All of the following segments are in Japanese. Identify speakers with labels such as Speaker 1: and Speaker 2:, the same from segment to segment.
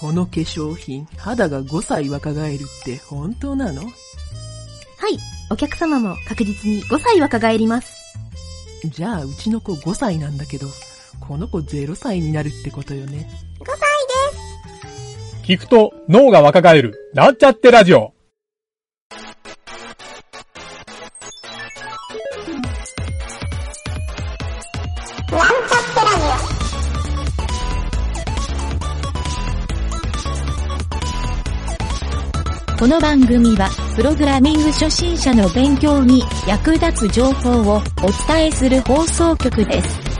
Speaker 1: この化粧品、肌が5歳若返るって本当なの
Speaker 2: はい、お客様も確実に5歳若返ります。
Speaker 1: じゃあ、うちの子5歳なんだけど、この子0歳になるってことよね。
Speaker 3: 聞くと脳が若返る、なっちゃってラジオ。
Speaker 4: この番組は、プログラミング初心者の勉強に役立つ情報をお伝えする放送局です。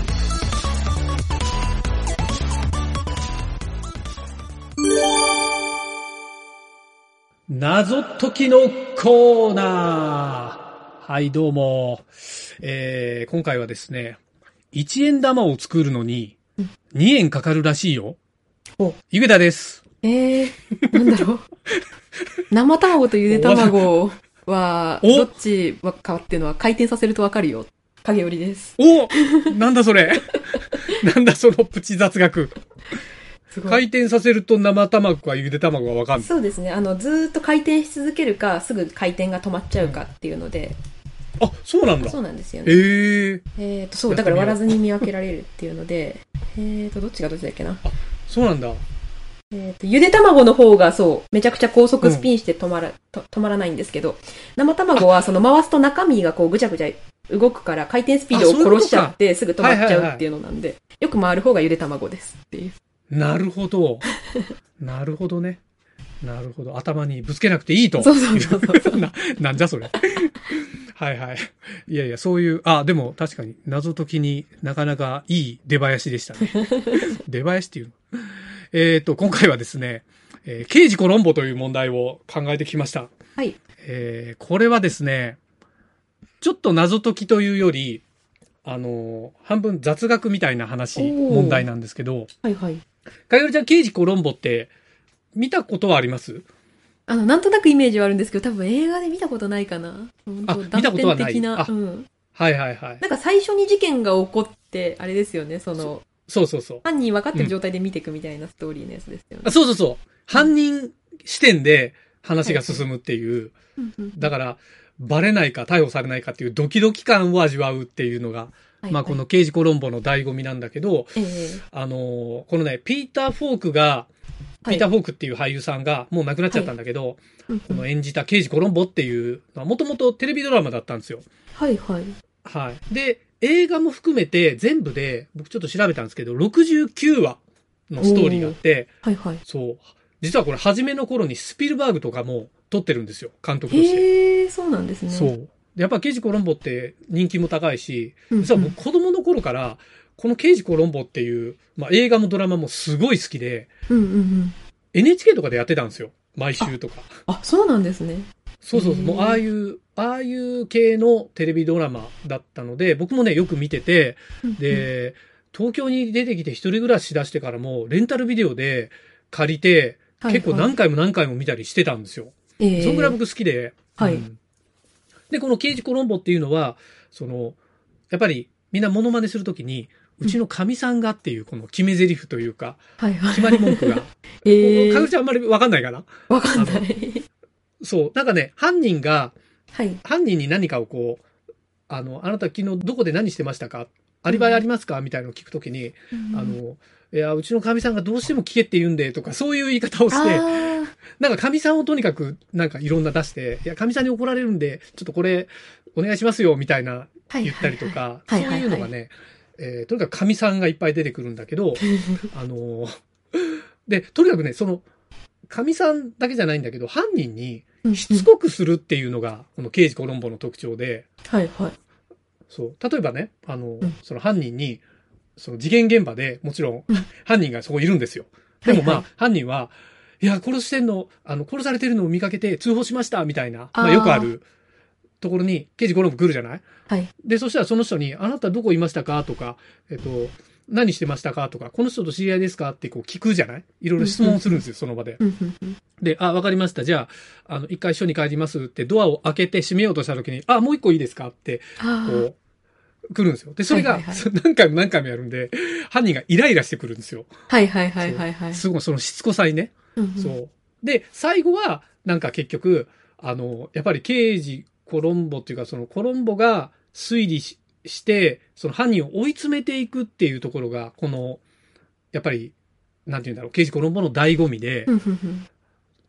Speaker 5: 謎解きのコーナーはい、どうも。えー、今回はですね、1円玉を作るのに、2円かかるらしいよ。
Speaker 6: お
Speaker 5: ゆげたです。
Speaker 6: ええー、なんだ ろう。生卵とゆで卵は、
Speaker 5: お
Speaker 6: どっちかっていうのは回転させるとわかるよ。影よりです。
Speaker 5: おなんだそれ なんだそのプチ雑学。
Speaker 6: すご
Speaker 5: 回
Speaker 6: い。
Speaker 5: 転させると生卵かゆで卵がわかんない。
Speaker 6: そうですね。あの、ずーっと回転し続けるか、すぐ回転が止まっちゃうかっていうので、
Speaker 5: あ、そうなんだ
Speaker 6: そ。うなんですよ
Speaker 5: え
Speaker 6: ね。
Speaker 5: ー、
Speaker 6: えっ、と、そう、だから割らずに見分けられるっていうので、えっと、どっちがどっちだっけな。
Speaker 5: そうなんだ。
Speaker 6: えっ、と、ゆで卵の方がそう、めちゃくちゃ高速スピンして止まら、と止まらないんですけど、生卵はその回すと中身がこうぐちゃぐちゃ動くから回転スピードを殺しちゃってすぐ止まっちゃうっていうのなんで、よく回る方がゆで卵ですっていう。
Speaker 5: なるほ ど。なるほどね。なるほど。頭にぶつけなくていいと。
Speaker 6: そうそうそうそ う
Speaker 5: ななんじゃそれ。はいはい。いやいや、そういう、あ、でも確かに謎解きになかなかいい出囃子で したね。出囃子っていうの。えっ、と、今回はですね、えー刑事コロンボという問題を考えてきました。
Speaker 6: はい。
Speaker 5: えーこれはですね、ちょっと謎解きというより、あのー半分雑学みたいな話、
Speaker 6: おー
Speaker 5: 問題なんですけど、
Speaker 6: はいはい。
Speaker 5: かよりちゃん、刑事コロンボって、見たことはあります
Speaker 6: あの、なんとなくイメージはあるんですけど、多分映画で見たことないかな。本
Speaker 5: あ
Speaker 6: 当
Speaker 5: 見たことはない
Speaker 6: 断片的な
Speaker 5: あ
Speaker 6: うん。
Speaker 5: はいはいはい。
Speaker 6: なんか最初に事件が起こって、あれですよね、その、
Speaker 5: そうそうそう。
Speaker 6: 犯人分かってる状態で見ていくみたいなストーリーのやつですよね
Speaker 5: あ。そうそうそう。犯人視点で話が進むっていう。
Speaker 6: うんうん
Speaker 5: だから、バレないか逮捕されないかっていうドキドキ感を味わうっていうのが、
Speaker 6: はい
Speaker 5: まあこの刑事コロンボの醍醐味なんだけど、
Speaker 6: ええ
Speaker 5: あのーこのね、ピーター・フォークが、
Speaker 6: はい
Speaker 5: ピーター・フォークっていう俳優さんがもう亡くなっちゃったんだけど、
Speaker 6: うんう
Speaker 5: こ
Speaker 6: ん
Speaker 5: の演じた刑事コロンボっていうのはもともとテレビドラマだったんですよ。
Speaker 6: はいはい。
Speaker 5: はい。で、映画も含めて全部で、僕ちょっと調べたんですけど、69話のストーリーがあって、
Speaker 6: はいはい。
Speaker 5: そう。実はこれ初めの頃にスピルバーグとかも撮ってるんですよ、監督として。
Speaker 6: へえ、そうなんですね。
Speaker 5: そ。う。でやっぱ刑事コロンボって人気も高いし、
Speaker 6: うんうん
Speaker 5: 実は僕子供の頃から、この刑事コロンボっていう、まあ映画もドラマもすごい好きで、
Speaker 6: うんうんうん。
Speaker 5: NHK とかでやってたんですよ。毎週とか。
Speaker 6: あ、そうなんですね。
Speaker 5: そうそう
Speaker 6: へ
Speaker 5: そう、
Speaker 6: ー
Speaker 5: もうああいう、ああいう系のテレビドラマだったので、僕もね、よく見てて、で、東京に出てきて一人暮らししだしてからも、レンタルビデオで借りて、
Speaker 6: はいはい、
Speaker 5: 結構何回も何回も見たりしてたんですよ。
Speaker 6: ええ
Speaker 5: そんぐらい僕好きで。
Speaker 6: はい
Speaker 5: うんで、この刑事コロンボっていうのは、その、やっぱりみんなモノマネするときに、うちの神さんがっていうこの決め台詞というか、
Speaker 6: はいはい。
Speaker 5: 決まり文句が。
Speaker 6: ええ
Speaker 5: かぐちゃんあんまりわかんないかな
Speaker 6: わかんない。
Speaker 5: そう。なんかね、犯人が、
Speaker 6: はい。
Speaker 5: 犯人に何かをこう、あの、あなた昨日どこで何してましたかアリバイありますかみたいなのを聞くときに、あの、いや、うちの神さんがどうしても聞けって言うんで、とか、そういう言い方を
Speaker 6: あ
Speaker 5: して、
Speaker 6: ー
Speaker 5: なんか神さんをとにかく、なんかいろんな出して、いや、神さんに怒られるんで、ちょっとこれ、お願いしますよ、みたいな
Speaker 6: はいはいはい
Speaker 5: 言ったりとか、
Speaker 6: はい
Speaker 5: そう
Speaker 6: はい
Speaker 5: い
Speaker 6: はい
Speaker 5: うのがね、えーとにかく神さんがいっぱい出てくるんだけど、あのーで、とにかくね、その、神さんだけじゃないんだけど、犯人にしつこくするっていうのが、この刑事コロンボの特徴で、
Speaker 6: はいはい。
Speaker 5: そう。例えばね、あの、
Speaker 6: うん
Speaker 5: その犯人に、その事件現場でもちろん、犯人がそこいるんですよ。でもまあ、
Speaker 6: はい
Speaker 5: 犯人は、いや、殺してんの、あの、殺されてるのを見かけて通報しました、みたいな、ま
Speaker 6: あ
Speaker 5: あ、
Speaker 6: ー
Speaker 5: よくあるところに、刑事コロンボ来るじゃない
Speaker 6: はい。
Speaker 5: で、そしたらその人に、あなたどこいましたかとか、えっと、何してましたかとか、この人と知り合いですかってこう聞くじゃないいろいろ質問をするんですよ、その場で。
Speaker 6: うんうんうん
Speaker 5: で、あ、わかりました。じゃあ、あの、一回署に帰りますってドアを開けて閉めようとした時に、あ、もう一個いいですかって
Speaker 6: あ
Speaker 5: こ
Speaker 6: ー
Speaker 5: う、来るんですよ。で、それが、
Speaker 6: はいはいはい
Speaker 5: そ何回も何回もやるんで、犯人がイライラしてくるんですよ。
Speaker 6: はいはいはいはいはい。
Speaker 5: すごい、そのしつこさにね。
Speaker 6: うんうん
Speaker 5: そう。で、最後は、なんか結局、あの、やっぱり刑事コロンボっていうか、そのコロンボが推理しして、その犯人を追い詰めていくっていうところが、この、やっぱり、なんて言うんだろう、刑事コロンボの醍醐味で、
Speaker 6: うんうんうん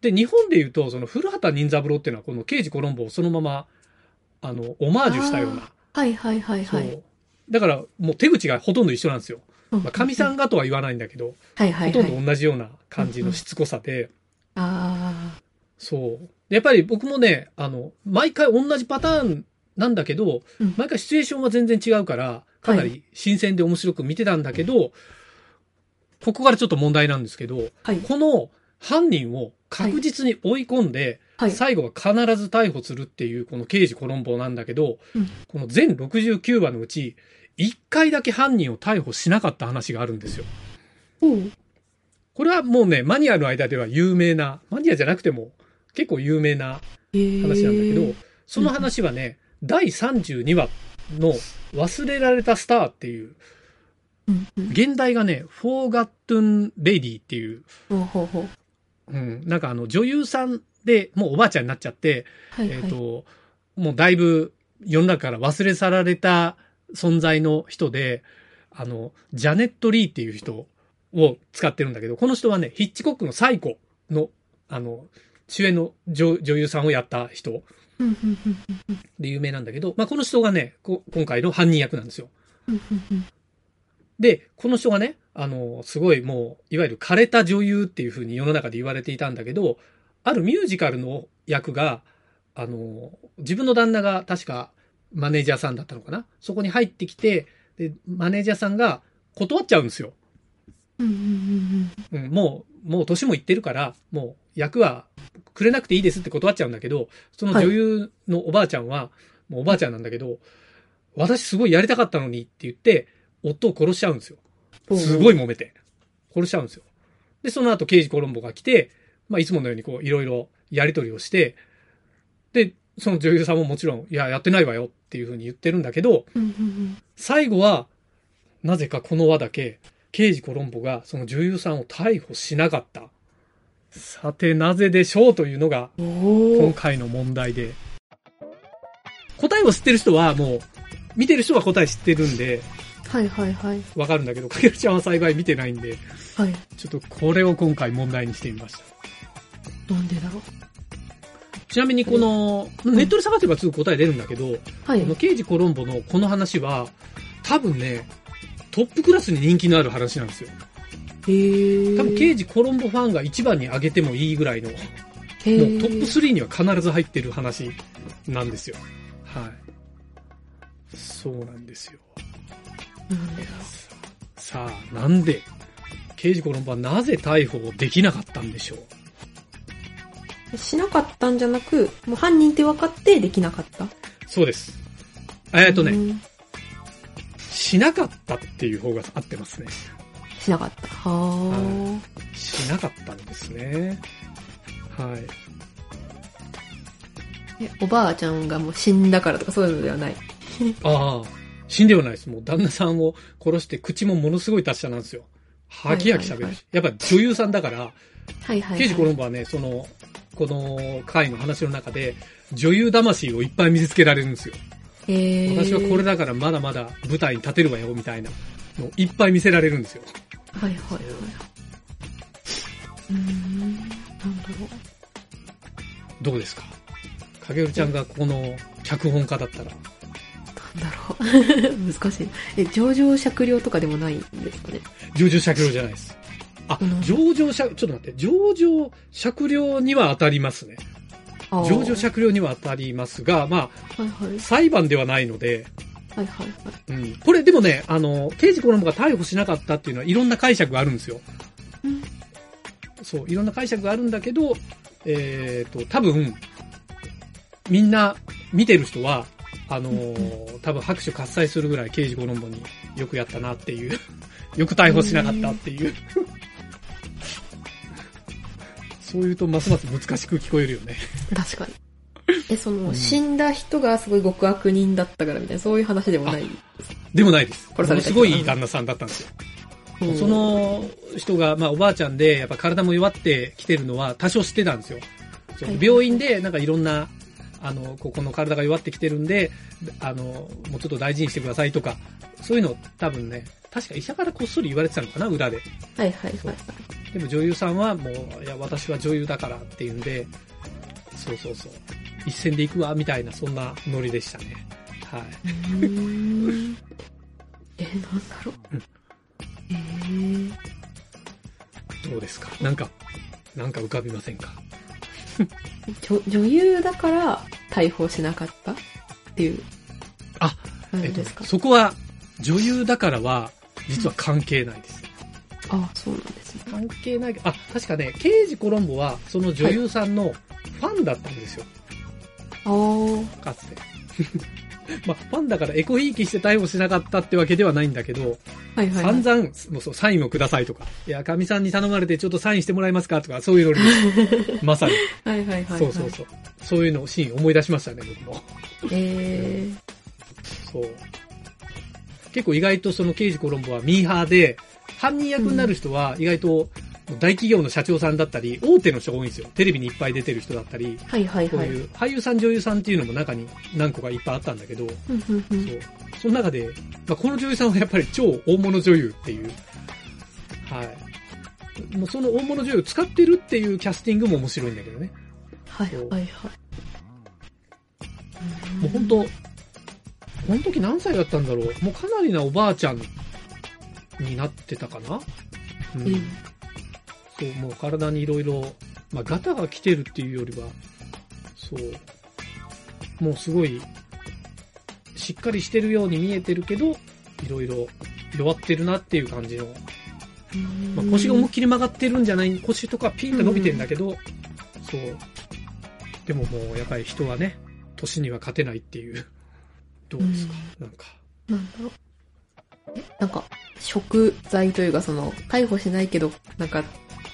Speaker 5: で、日本で言うと、その古畑任三郎っていうのは、この刑事コロンボをそのまま、あの、オマージュしたような。
Speaker 6: はいはいはい
Speaker 5: そ
Speaker 6: は
Speaker 5: う。
Speaker 6: い。
Speaker 5: だから、もう手口がほとんど一緒なんですよ。まあ、神さ
Speaker 6: ん。
Speaker 5: んがとは言わないんだけど、
Speaker 6: はいはい
Speaker 5: ほ
Speaker 6: は
Speaker 5: とん
Speaker 6: い。
Speaker 5: ど同じような感じのしつこさで、
Speaker 6: あ
Speaker 5: そう。でやっぱり僕もね、あの、毎回同じパターンなんだけど、
Speaker 6: うん
Speaker 5: 毎回シチュエーションは全然違うから、かなり新鮮で面白く見てたんだけど、ここからちょっと問題なんですけど、
Speaker 6: あ。はい。
Speaker 5: この犯人を確実に追い込んで、
Speaker 6: はい。
Speaker 5: 最後は必ず逮捕するっていうこの刑事コロンボなんだけど、
Speaker 6: うん
Speaker 5: この全69話のうち、1回だけ犯人を逮捕しなかった話があるんですよ。
Speaker 6: おう
Speaker 5: これはもうね、マニアの間では有名な、マニアじゃなくても結構有名な話なんだけど、
Speaker 6: へー
Speaker 5: その話はね、第32話の「忘れられたスター」っていう、
Speaker 6: うんうん
Speaker 5: 現代がね、フォーガットン・レディっていう、
Speaker 6: ほうほうほう。
Speaker 5: うん、なんかあの女優さんでもうおばあちゃんになっちゃって、
Speaker 6: はい
Speaker 5: えっ、
Speaker 6: はい。
Speaker 5: と、もうだいぶ世の中から忘れ去られた存在の人で、あの、ジャネット・リーっていう人を使ってるんだけど、この人はね、ヒッチコックのサイコの、あの、主演の女女優さんをやった人。
Speaker 6: うんうんうん
Speaker 5: で有名なんだけど、まあ、この人がね、こ今回の犯人役なんですよ。
Speaker 6: うんうんうん
Speaker 5: で、この人がね、あの、すごいもう、いわゆる枯れた女優っていうふうに世の中で言われていたんだけど、あるミュージカルの役が、あの、自分の旦那が確かマネージャーさんだったのかなそこに入ってきて、で、マネージャーさんが断っちゃうんですよ。
Speaker 6: うんうんうん
Speaker 5: うん、もう、もう年もいってるから、もう役はくれなくていいですって断っちゃうんだけど、その女優のおばあちゃんは、もうおばあちゃんなんだけど、私すごいやりたかったのにって言って、夫を殺しちゃうんですよ。
Speaker 6: うん。
Speaker 5: す
Speaker 6: い。
Speaker 5: ごい揉めて。殺しちゃうんですよ。で、その後刑事コロンボが来て、まあ、いつものようにこう、いろいろやりとりをして、で、その女優さんももちろん、いや、やってないわよっていうふうに言ってるんだけど、
Speaker 6: うんうんうん。
Speaker 5: 最後は、なぜかこの輪だけ、刑事コロンボがその女優さんを逮捕しなかった。さて、なぜでしょうというのが、
Speaker 6: お
Speaker 5: 今
Speaker 6: お。
Speaker 5: 回の問題で。答えを知ってる人はもう、見てる人は答え知ってるんで、
Speaker 6: はいはいはい。
Speaker 5: わかるんだけど、かけるちゃんは幸い見てないんで、
Speaker 6: はい。
Speaker 5: ちょっとこれを今回問題にしてみました。
Speaker 6: なんでだろう。
Speaker 5: ちなみにこの、ネットで探せばすぐ答え出るんだけど、
Speaker 6: はい
Speaker 5: こ。の刑事コロンボのこの話は、多分ね、トップクラスに人気のある話なんですよ。
Speaker 6: へえ。
Speaker 5: 多分刑事コロンボファンが一番に上げてもいいぐらいの、もう
Speaker 6: へ
Speaker 5: トッ
Speaker 6: ー
Speaker 5: プ3には必ず入ってる話なんですよ。はい。そうなんですよ。
Speaker 6: なんでだろ
Speaker 5: さあ、なんで、刑事コロンボはなぜ逮捕できなかったんでしょう
Speaker 6: う。しなかったんじゃなく、もう犯人って分かってできなかった。
Speaker 5: そうです。えっと
Speaker 6: う
Speaker 5: ね、
Speaker 6: ん
Speaker 5: しなかったっていう方が合ってますね。
Speaker 6: しなかった。は
Speaker 5: しなかったんですね。はい。
Speaker 6: あ。え、おばあちゃんがもう死んだからとかそういうのではない。
Speaker 5: ああ、死んではないです。もう旦那さんを殺して口もものすごい達者なんですよ。はきはき喋るし、
Speaker 6: はいはい
Speaker 5: やっぱ女優さんだから、
Speaker 6: はいはい、はい。
Speaker 5: 刑事コロンボはね、その、この回の話の中で、女優魂をいっぱい見せつけられるんですよ。
Speaker 6: へー
Speaker 5: 私はこれ。だからまだまだ舞台に立てるわよ、みたいなのをいっぱい見せられるんですよ。
Speaker 6: はいはいはい。うーん。なんだろう。
Speaker 5: どうですか影るちゃんがこの脚本家だったら、
Speaker 6: なんだろう。 難しい。え、上場酌量とかでもないんですかね。
Speaker 5: 上場酌量じゃないです。あ
Speaker 6: う、ん
Speaker 5: 上場酌、ちょっと待って、上場酌量には当たりますね。
Speaker 6: あー
Speaker 5: 上場酌量には当たりますが、ま
Speaker 6: はいはい
Speaker 5: あ、。裁判ではないので、
Speaker 6: はいはいはい。
Speaker 5: うん、これでもね、あの、刑事コロンボが逮捕しなかったっていうのはいろんな解釈があるんですよ。
Speaker 6: うん
Speaker 5: そう、いろんな解釈があるんだけど、えっ、と、多分、みんな見てる人は、あのー多分拍手喝采するぐらい刑事コロンボによくやったなっていう、 よく逮捕しなかったっていう。そう言うとますます難しく聞こえるよね。
Speaker 6: 確かに。え、その、死んだ人がすごい極悪人だったからみたいな、そういう話でもない。
Speaker 5: でもないです。こ
Speaker 6: 殺
Speaker 5: れ
Speaker 6: された
Speaker 5: す
Speaker 6: 人
Speaker 5: ごいいい旦那さんだったんですよ。
Speaker 6: うん
Speaker 5: そ、の人が、まあおばあちゃんで、やっぱ体も弱ってきてるのは多少知ってたんですよ。その
Speaker 6: はい
Speaker 5: 病院で、なんかいろんな、あの、ここの体が弱ってきてるんで、あの、もうちょっと大事にしてくださいとか、そういうの多分ね、確か医者からこっそり言われてたのかな、裏で。
Speaker 6: はいはいはい。
Speaker 5: でも女優さんはもう、いや、私は女優だからっていうんで、そうそうそう。一戦で行くわ、みたいな、そんなノリでしたね。はい。
Speaker 6: うんえ、なんだろう。え
Speaker 5: どうですかなんか、なんか浮かびませんか
Speaker 6: ー、女女優だから逮捕しなかったっていう。
Speaker 5: あ、
Speaker 6: なん
Speaker 5: えっと
Speaker 6: です、か、
Speaker 5: そこは、女優だからは、実は関係ないです。
Speaker 6: あ、そうなんですね。
Speaker 5: 関係ないけど、あ、確かね、刑事コロンボは、その女優さんのファンだったんですよ、
Speaker 6: あー
Speaker 5: かつて。 まあ、ファンだからエコひいきして逮捕しなかったってわけではないんだけど、
Speaker 6: はいはい、はい
Speaker 5: 散。々、もうそう、サインをくださいとか、いや、かみさんに頼まれてちょっとサインしてもらえますかとか、そういうノリです。 まさに、
Speaker 6: はいはいはいはい。
Speaker 5: そうそうそう。そういうの、シーン思い出しましたね、僕も。
Speaker 6: えー、
Speaker 5: そう。結構意外とその刑事コロンボはミーハーで、犯人役になる人は意外と大企業の社長さんだったり、大手の人が多いんですよ。テレビにいっぱい出てる人だったり、
Speaker 6: はいはい
Speaker 5: こう
Speaker 6: はい。
Speaker 5: いう俳優さん女優さんっていうのも中に何個かいっぱいあったんだけど、
Speaker 6: ふんふんふん
Speaker 5: そう。その中で、まあ、この女優さんはやっぱり超大物女優っていう、はい。もうその大物女優を使ってるっていうキャスティングも面白いんだけどね。
Speaker 6: はい
Speaker 5: そう
Speaker 6: はいはい。
Speaker 5: もう本当、この時何歳だったんだろう。もうかなりなおばあちゃんになってたかな。うん。
Speaker 6: うん
Speaker 5: そう、もう体にいろいろ、まあ、ガタが来てるっていうよりは、そう、もうすごい、しっかりしてるように見えてるけど、いろいろ弱ってるなっていう感じの、まあ、腰が思いっきり曲がってるんじゃない、腰とかピンと伸びてんだけど、そう。でももう、やっぱり人はね、年には勝てないっていう。どうですか、なんか。
Speaker 6: なんだろう。なんか、食材というか、その、逮捕しないけど、なんか、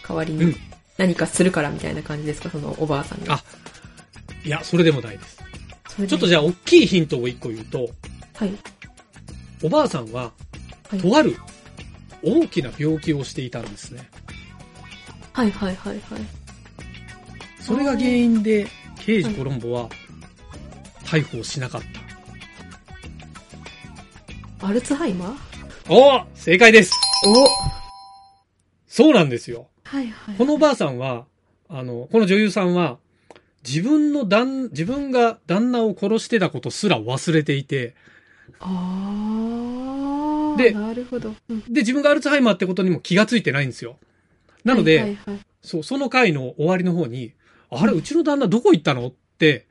Speaker 6: 代わり
Speaker 5: う
Speaker 6: に
Speaker 5: ん
Speaker 6: 何かするからみたいな感じですか、そのおばあさんが。
Speaker 5: あいや、それでもないです。
Speaker 6: それで
Speaker 5: ちょっとじゃあ、大きいヒントを一個言うと、
Speaker 6: はい。
Speaker 5: おばあさんは、
Speaker 6: はい
Speaker 5: とある大きな病気をしていたんですね。
Speaker 6: はいはいはいはい。
Speaker 5: それが原因で、刑事コロンボは、逮捕をしなかっ
Speaker 6: アルツハイマー
Speaker 5: た。おー正解です
Speaker 6: お
Speaker 5: そうなんですよ。
Speaker 6: はいはい。
Speaker 5: このおばあさんは、あの、この女優さんは、自分の旦、自分が旦那を殺してたことすら忘れていて、
Speaker 6: あー。
Speaker 5: で
Speaker 6: なるほど。うん
Speaker 5: で、自分がアルツハイマーってことにも気がついてないんですよ。なので、
Speaker 6: はいはいはい
Speaker 5: そう、その回の終わりの方に、あれ、うちの旦那どこ行ったのって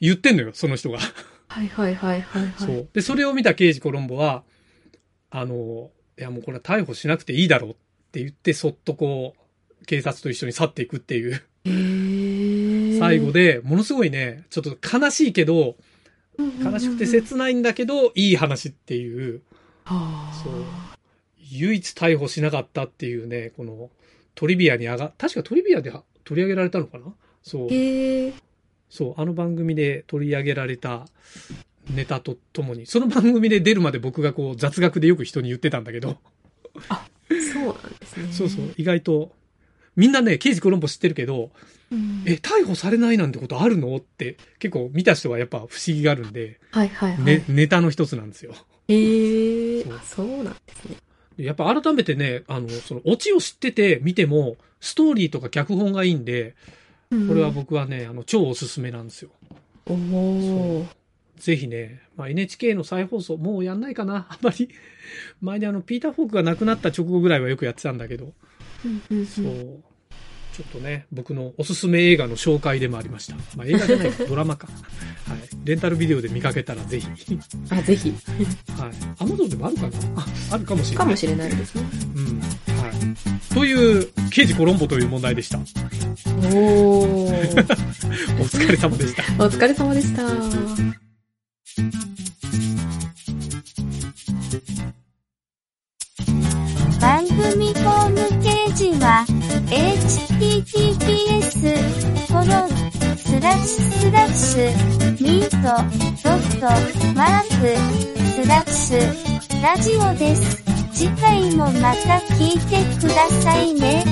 Speaker 5: 言ってんのよ、その人が。
Speaker 6: はいはいはいはいはい。
Speaker 5: そう。で、それを見た刑事コロンボは、あの、いやもうこれは逮捕しなくていいだろうって言って、そっとこう、警察と一緒に去っていくっていう、
Speaker 6: へー
Speaker 5: 最後で、ものすごいね、ちょっと悲しいけど、悲しくて切ないんだけど、いい話っていう、
Speaker 6: はー
Speaker 5: そう。唯一逮捕しなかったっていうね、この、トリビアに上が、確かトリビアでは取り上げられたのかなそう。
Speaker 6: へー
Speaker 5: そう、あの番組で取り上げられたネタとともに、その番組で出るまで僕がこう雑学でよく人に言ってたんだけど、
Speaker 6: そうなんですね。
Speaker 5: そうそう、意外と、みんなね、刑事コロンボ知ってるけど、
Speaker 6: うん。
Speaker 5: え、逮捕されないなんてことあるのって、結構見た人はやっぱ不思議があるんで、
Speaker 6: はいはいはい。
Speaker 5: ね、ネタの一つなんですよ。
Speaker 6: へー
Speaker 5: そう
Speaker 6: あ、そうなんですね。
Speaker 5: でやっぱ改めてね、あの、その、オチを知ってて見ても、ストーリーとか脚本がいいんで、これは僕はね、あの、超おすすめなんですよ。
Speaker 6: おおー
Speaker 5: ぜひね、まあ、NHK の再放送、もうやんないかな。あんまり、前にあの、ピーター・フォークが亡くなった直後ぐらいはよくやってたんだけど、
Speaker 6: うんうんうん
Speaker 5: そう。ちょっとね、僕のおすすめ映画の紹介でもありました。まあ、映画じゃない、ドラマか。はい。レンタルビデオで見かけたらぜひ。
Speaker 6: あ、ぜひ。
Speaker 5: はい。アマゾンでもあるかなあ、あるかもしれない。
Speaker 6: かもしれないですね。
Speaker 5: うん。はい。という、刑事コロンボという問題でした。
Speaker 6: おー
Speaker 5: お疲れ様でした。
Speaker 6: お疲れ様でした。
Speaker 7: 番組ホームページは https コロンスラダッシュスダッシュ、ミート、ドット、マーク、スダッシュ、ラジオです。次回もまた聞いてくださいね。